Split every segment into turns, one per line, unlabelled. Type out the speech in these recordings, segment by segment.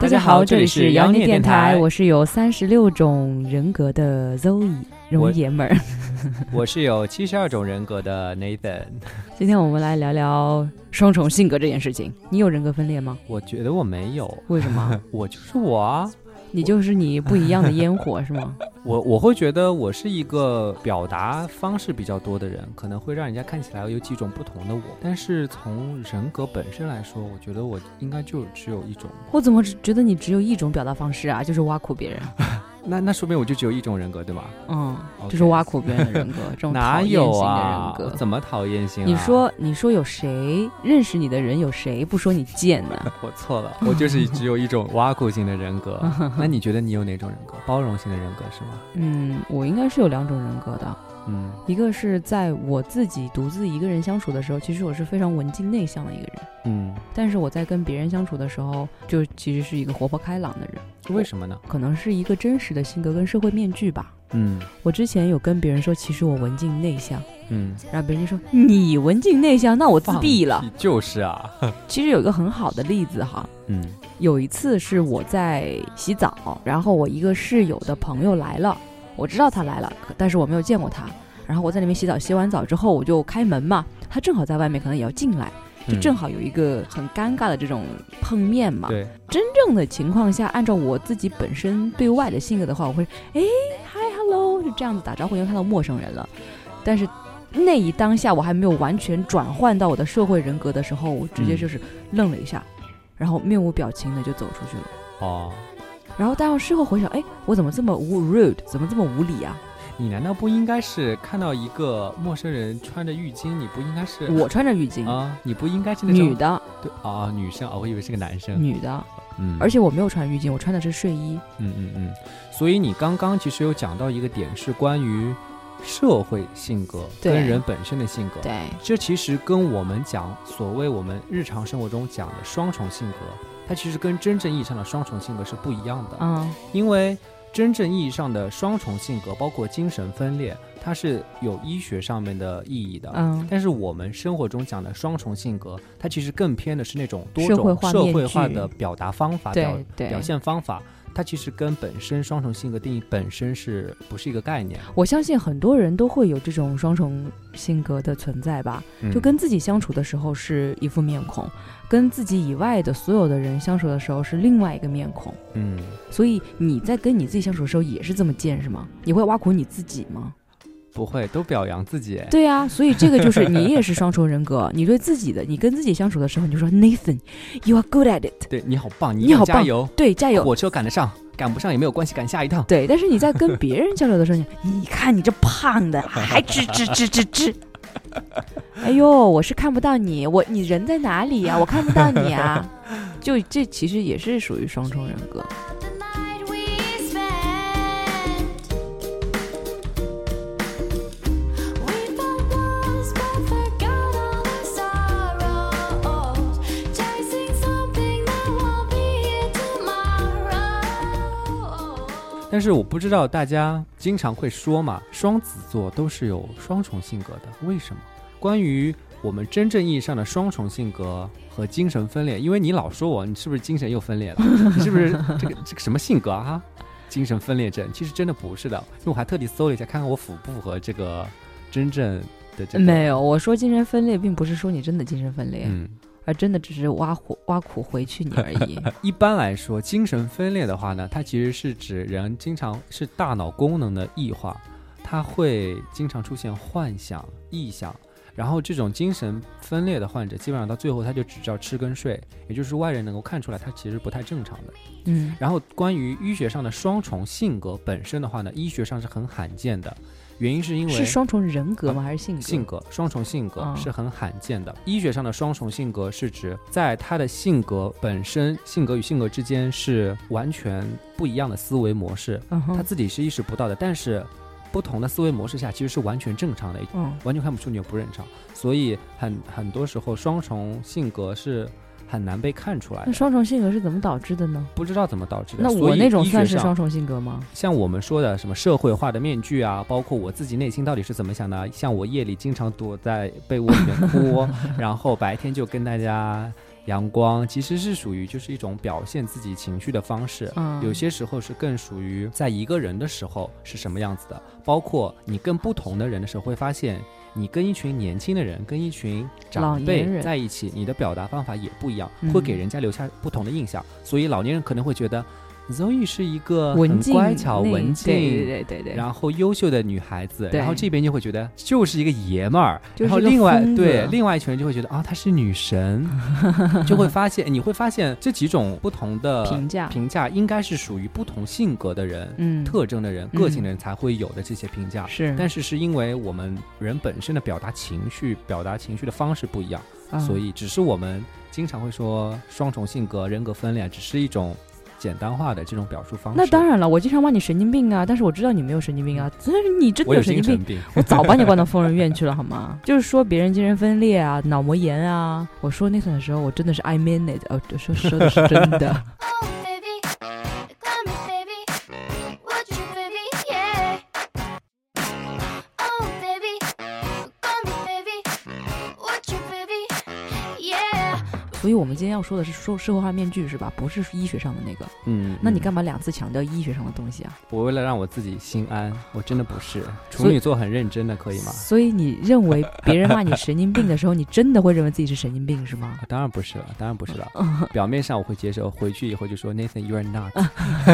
大家好，这里是妖孽电台，
我是有三十六种人格的 Zoe 容爷们儿。
我是有七十二种人格的 Nathan。
今天我们来聊聊双重性格这件事情。你有人格分裂吗？
我觉得我没有，
为什 么？
我就是我啊，
你就是你不一样的烟火是吗？
我我会觉得我是一个表达方式比较多的人，可能会让人家看起来有几种不同的我。但是从人格本身来说，我觉得我应该就只有一种。
我怎么只觉得你只有一种表达方式啊？就是挖苦别人。
那那说明我就只有一种人格，对吧？
嗯，
OK
就是挖苦别人的人 格，这种
哪
讨厌
有
型
啊
的人？格。
怎么讨厌型、啊？
你说，你说有谁认识你的人有谁不说你贱 呢？
我错了，我就是只有一种挖苦型的人 格。那你觉得你有哪种人格？包容型的人格是吗？
嗯，我应该是有两种人格的，
嗯，
一个是在我自己独自一个人相处的时候，其实我是非常文静内向的一个人，
嗯，
但是我在跟别人相处的时候，就其实是一个活泼开朗的人，
嗯为什么呢？
可能是一个真实的性格跟社会面具吧。
嗯
我之前有跟别人说，其实我文静内向，
嗯，
然后别人就说你文静内向，那我自闭了。，
就是啊，
其实有一个很好的例子哈，
嗯
有一次是我在洗澡，然后我一个室友的朋友来了，我知道他来了，可但是我没有见过他。然后我在里面洗澡，洗完澡之后我就开门嘛，他正好在外面，可能也要进来，就正
好
好有一个很尴尬的这种碰面嘛。
对，
这样的情况下，按照我自己本身对外的性格的话，我会哎嗨 hello 就这样子打招呼，因为看到陌生人了。但是那一当下，我还没有完全转换到我的社会人格的时候，我直接就是愣了一下，然后面无表情的就走出去了。
哦，
然后，但我事后回想，哎，我怎么这么无 rude，怎么这么无理啊？
你难道不应该是看到一个陌生人穿着浴巾，你不应该是
我穿着浴巾，
啊？你不应该是那种
女的，
对啊女生啊？我以为是个男生，
女的，
嗯，
而且我没有穿浴巾，我穿的是睡衣。
嗯嗯嗯，所以你刚刚其实有讲到一个点是关于社会性格
对
跟人本身的性格，
对，
这其实跟我们讲所谓我们日常生活中讲的双重性格，它其实跟真正意义上的双重性格是不一样的。
嗯，
因为真正意义上的双重性格，包括精神分裂，它是有医学上面的意义的。
嗯
但是我们生活中讲的双重性格，它其实更偏的是那种多
社会
种
化
社
面
会化
具
的表达方法、表
对对
表，现方法，它其实跟本身双重性格定义本身是不是一个概念？啊
我相信很多人都会有这种双重性格的存在吧，
嗯
就跟自己相处的时候是一副面孔，跟自己以外的所有的人相处的时候是另外一个面孔。
嗯，
所以你在跟你自己相处的时候也是这么贱是吗？你会挖苦你自己吗？
不会都表扬自己。
对啊，所以这个就是你也是双重人 格。你对自己的，你跟自己相处的时候，你就说 Nathan，you are good at it，
对你好棒，你
你好
加
棒
油！
对，加油。
火车赶得上，赶不上也没有关系，赶下一趟。
对，但是你在跟别人交流的时候，你你看你这胖的，还吃吃吃吃 吃。哎呦，我是看不到你，我你人在哪里呀、我看不到你啊。 就这其实也是属于双重人格。
The night we spent, we built walls but forgot all the sorrows, chasing something that won't be here tomorrow.
但是我不知道大家经常会说嘛，双子座都是有双重性格的，为什么？关于我们真正意义上的双重性格和精神分裂，因为你老说我，你是不是精神又分裂了？你是不是这个这个什么性格啊？精神分裂啊症，其实真的不是的，因为我还特地搜了一下，看看我符不符合这个真正的这个。
没有，我说精神分裂，并不是说你真的精神分裂，
嗯，
而真的只是挖苦挖苦回去你而 已。
一般来说，精神分裂的话呢，它其实是指人经常是大脑功能的异化，它会经常出现幻想、臆想。然后这种精神分裂的患者，基本上到最后他就只知道吃跟睡，也就是外人能够看出来他其实不太正常的。
嗯
然后关于医学上的双重性格本身的话呢，医学上是很罕见的，原因是因为
是双重人格吗？还是性格？
性格，双重性格
嗯
是很罕见的。医学上的双重性格是指在他的性格本身，性格与性格之间是完全不一样的思维模式，
嗯
他
哼，
自己是意识不到的。但是，不同的思维模式下其实是完全正常的，
嗯
完全看不出你有不正常。所以很很多时候，双重性格是很难被看出来
那
的，
双重性格是怎么导致的呢？
不知道怎么导致的。
那
所
我
以
那种
医学
算是
上
双重性格吗？
像我们说的什么社会化的面具啊，包括我自己内心到底是怎么想的。像我夜里经常躲在被窝里面哭，然后白天就跟大家阳光，其实是属于就是一种表现自己情绪的方式。
嗯
有些时候是更属于在一个人的时候是什么样子的，包括你跟不同的人的时候，会发现你跟一群年轻的人、跟一群
老
长
年
辈
人
在一起，你的表达方法也不一样，
嗯
会给人家留下不同的印象。所以老年人可能会觉得 Zoe 是一个
文
很
静
乖巧、
那
文
对
静。
对对对对，
然后优秀的女孩子，
对
然后这边就会觉得就是一个爷们儿，
就是
然后
个
另外
疯子
对另外一群人就会觉得啊她是 女神，就会发现你会发现这几种不同的
评价，
评价应该是属于不同性格的人、
啊嗯，
特征的人、
嗯
个性的人才会有的这些评价。
是，
但是是因为我们人本身的表达情绪、表达情绪的方式不一样，
嗯
所以只是我们经常会说双重性格、人格分裂，只是一种简单化的这种表述方式。
那当，然了，我经常骂你神经病啊，但是我知道你没有神经病啊， 真是你真的
我有
神
精
经病
神， 病，
我早把你关到疯人院去了，好吗？ 就是说别人精神分裂啊，脑膜炎啊，我说那 a 的时候，我真的是 I mean it，哦，说说的是真 的。
Oh baby, grab me baby, would you baby, yeah? Oh baby, grab me baby, would you baby, yeah?
所以我们今天要说的是说社会化面具是吧？不是医学上的那个。
嗯，
那你
嗯
干嘛两次强调医学上的东西啊？
我为了让我自己心安，我真的不是处
所以
女座，很认真的，可以吗？
所以你认为别人骂你神经病的时候，你真的会认为自己是神经病是吗
啊？当然不是了，当然不是 了。
嗯
表面上我会接受，回去以后就说 Nathan you are not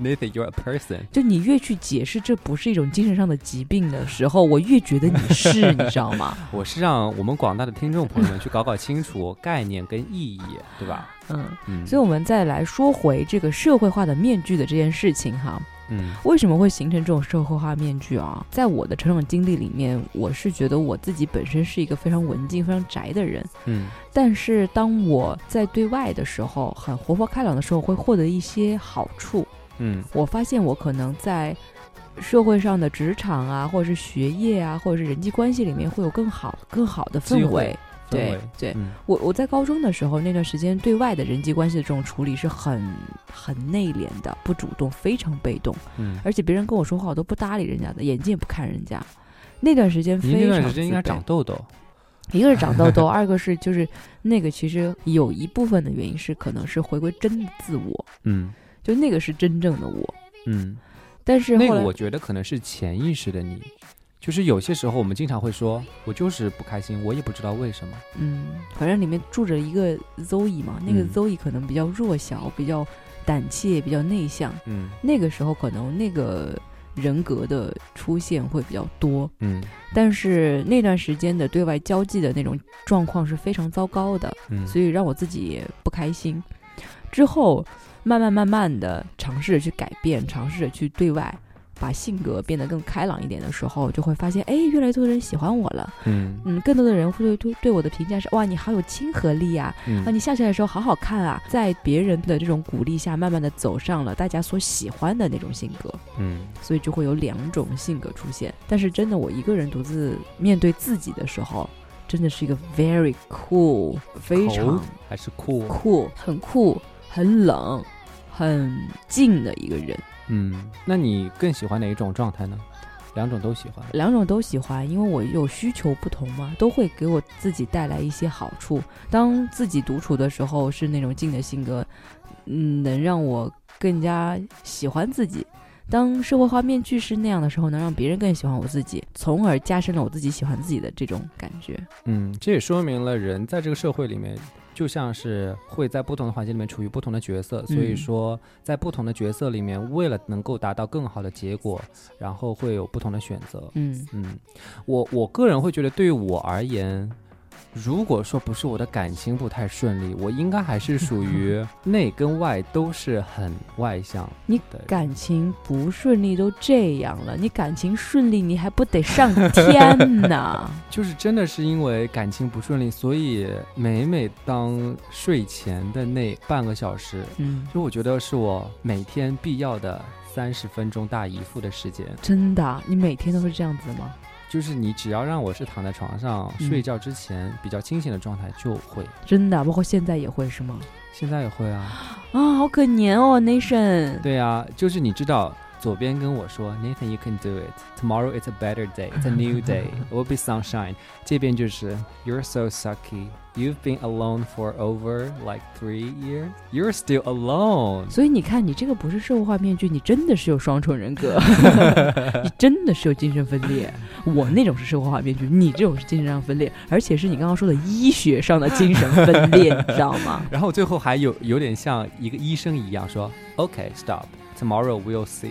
Nathan you are a person。
就你越去解释这不是一种精神上的疾病的时候，我越觉得你是，你知道 吗？
我是让我们广大的听众朋友们去搞搞 清楚概念跟意义，对吧？
嗯，
嗯，
所以我们再来说回这个社会化的面具的这件事情哈。
嗯
为什么会形成这种社会化面具啊？在我的成长经历里面，我是觉得我自己本身是一个非常文静、非常宅的人，
嗯
但是当我在对外的时候，很活泼开朗的时候，会获得一些好处。
嗯
我发现我可能在社会上的职场啊，或者是学业啊，或者是人际关系里面，会有更好、更好的
机
氛
会
围。
氛
对
围
对，
嗯
我我在高中的时候那段时间，对外的人际关系的这种处理是很很内敛的，不主动，非常被动。
嗯。
而且别人跟我说话，我都不搭理人家的，眼睛也不看人家。那段时间
嗯您那
非
段
常
时间应
自
该
卑
长痘痘，
一个是长痘 痘，二个是就是那个其实有一部分的原因是可能是回归真的自我，
嗯
就那个是真正的我。
嗯，
但是
那
后
个
来
我觉得可能是潜意识的你，就是有些时候我们经常会说，我就是不开心，我也不知道为什么，
嗯，反正里面住着一个 Zoe 嘛，那个
嗯
Zoe 可能比较弱小，比较胆怯，比较内向。
嗯
那个时候可能那个人格的出现会比较多，
嗯
但是那段时间的对外交际的那种状况是非常糟糕的，
嗯，
所以让我自己也不开心。之后慢慢慢慢的尝试着去改变，尝试着去对外。把性格变得更开朗一点的时候，就会发现，哎，越来越多的人喜欢我了。
嗯
嗯，更多的人会对对对我的评价是，哇，你好有亲和力啊，
嗯
啊，你笑起来的时候好好看啊。在别人的这种鼓励下，慢慢的走上了大家所喜欢的那种性格。
嗯
所以就会有两种性格出现。但是真的，我一个人独自面对自己的时候，真的是一个 very cool，非常
口还是酷，哦
酷，很酷，很冷，很静的一个人。
嗯，那你更喜欢哪一种状态呢？两种都喜欢。
两种都喜欢，因为我有需求不同嘛，都会给我自己带来一些好处。当自己独处的时候，是那种静的性格，嗯，能让我更加喜欢自己。当社会化面具是那样的时候，能让别人更喜欢我自己，从而加深了我自己喜欢自己的这种感觉。
嗯，这也说明了人在这个社会里面，就像是会在不同的环境里面处于不同的角色，所以
嗯
说在不同的角色里面，为了能够达到更好的结果，然后会有不同的选择。
嗯
嗯，我我个人会觉得，对于我而言，如果说不是我的感情不太顺利，我应该还是属 于内跟外都是很外向
你
的人。
感情不顺利都这样了，你感情顺利，你还不得上天呐？
就是真的是因为感情不顺利，所以每每当睡前的那半个小时，
嗯，
就我觉得是我每天必要的三十分钟大姨夫的时间。
真的啊，你每天都是这样子吗？
就是你只要让我是躺在床上
嗯
睡觉之前比较清醒的状态，就会。
真的啊，包括现在也会是吗？
现在也会啊，
啊，好可怜哦，Nation。
对啊，就是你知道，左边跟我说 Nathan you can do it tomorrow it's a better day it's a new day it will be sunshine，这边就是 You're so sucky you've been alone for over like three years you're still alone。
所以你看，你这个不是社会化面具，你真的是有双重人 格，你真的是有精神分裂。我那种是社会化面具，你这种是精神上分裂，而且是你刚刚说的医学上的精神分裂，你知道 吗？
然后最后还有有点像一个医生一样说 OK stop tomorrow we'll see。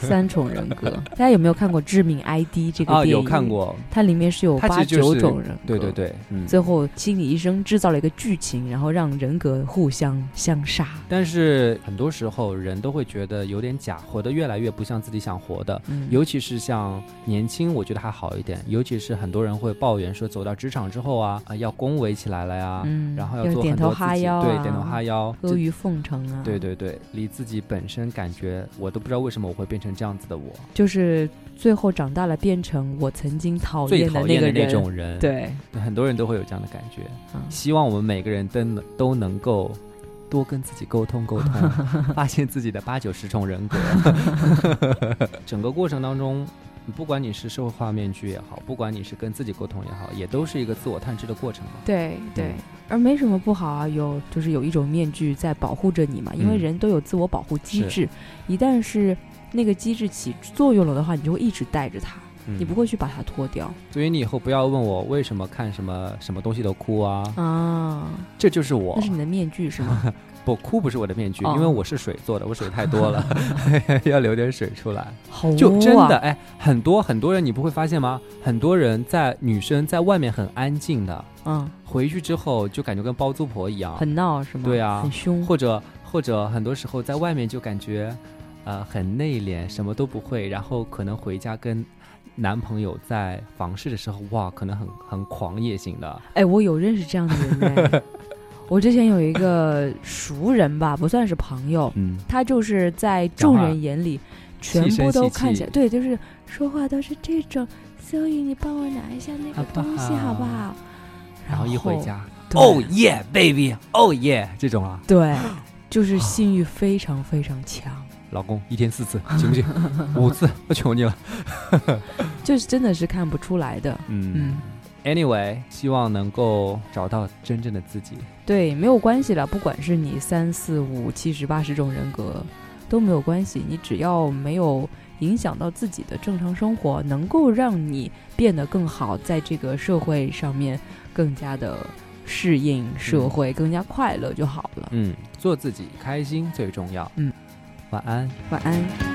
三重人格，大家有没有看过《致命 ID》这个
啊，
电影？嗯
有看，过，
它里面是有
它其
八
实就
九
是
种人格。
对对。对，嗯。
最后，心理医生制造了一个剧情，然后让人格互相相杀。
但是很多时候人都会觉得有点假，活得越来越不像自己想活的。
嗯，
尤其是像年轻，我觉得还好一点。尤其是很多人会抱怨说，走到职场之后啊，啊、要恭维起来了呀，
嗯
啊然后
要
做
点
很
头
多自
哈
己，
腰啊
对，点头哈腰，
阿谀奉承啊。
对对对，离自己本身感觉，我都不知道为什么我会变成这样子的我，
就是最后长大了变成我曾经讨
最
厌的
讨
那
厌
个
的
人。
那种人。
对，
对，很多人都会有这样的感觉。
嗯
希望我们每个人都能都能够多跟自己沟通沟通， 发现自己的八九十重人格。整个过程当中，不管你是社会化面具也好，不管你是跟自己沟通也好，也都是一个自我探知的过程嘛。
对对，
嗯
而没什么不好啊，有就是有一种面具在保护着你嘛，因为
嗯
人都有自我保护机
是
制，一旦是那个机制起作用了的话，你就会一直带着它，
嗯
你不，会去把它脱掉
所以你以后不要问我为什么看什么什么东西都哭啊，
啊。
这就是我
那是。你的面具是吗？
不哭不是我的面具，
哦
因为我是水做的，我水太多 了， 要流点水出来。
好污啊，
就真的哎，很多很多人你不会发现吗？很多人在女生在外面很安静的，
嗯，
回去之后就感觉跟包租婆一样，
很闹是吗？
对啊
很凶。
或者或者很多时候在外面就感觉，呃，很内敛，什么都不会，然后可能回家跟男朋友在房事的时候，哇，可能很很狂野型的，
哎，我有认识这样的人 哎。我之前有一个熟人吧，不算是朋友，
嗯，
他就是在
讲
众
话
人眼里
细
全部
声
都
细
看起
气
来，对，就是说话都是这种。所以你帮我拿一下那
好
个
不
东西好不
好
好？
然后一回，家
对
，Oh yeah baby，Oh yeah 这种啊，
对，就是性欲非常非常强，
老公一天四次行不行？ 五次，我求你了，
就是真的是看不出来的。嗯，
Anyway，希望能够找到真正的自己。
对，没有关系了，不管是你三四五七十八十种人格都没有关系，你只要没有影响到自己的正常生活，能够让你变得更好，在这个社会上面更加的适应社会，更加快乐就好了。
嗯，做自己，开心最重要。
嗯，
晚安。
晚安。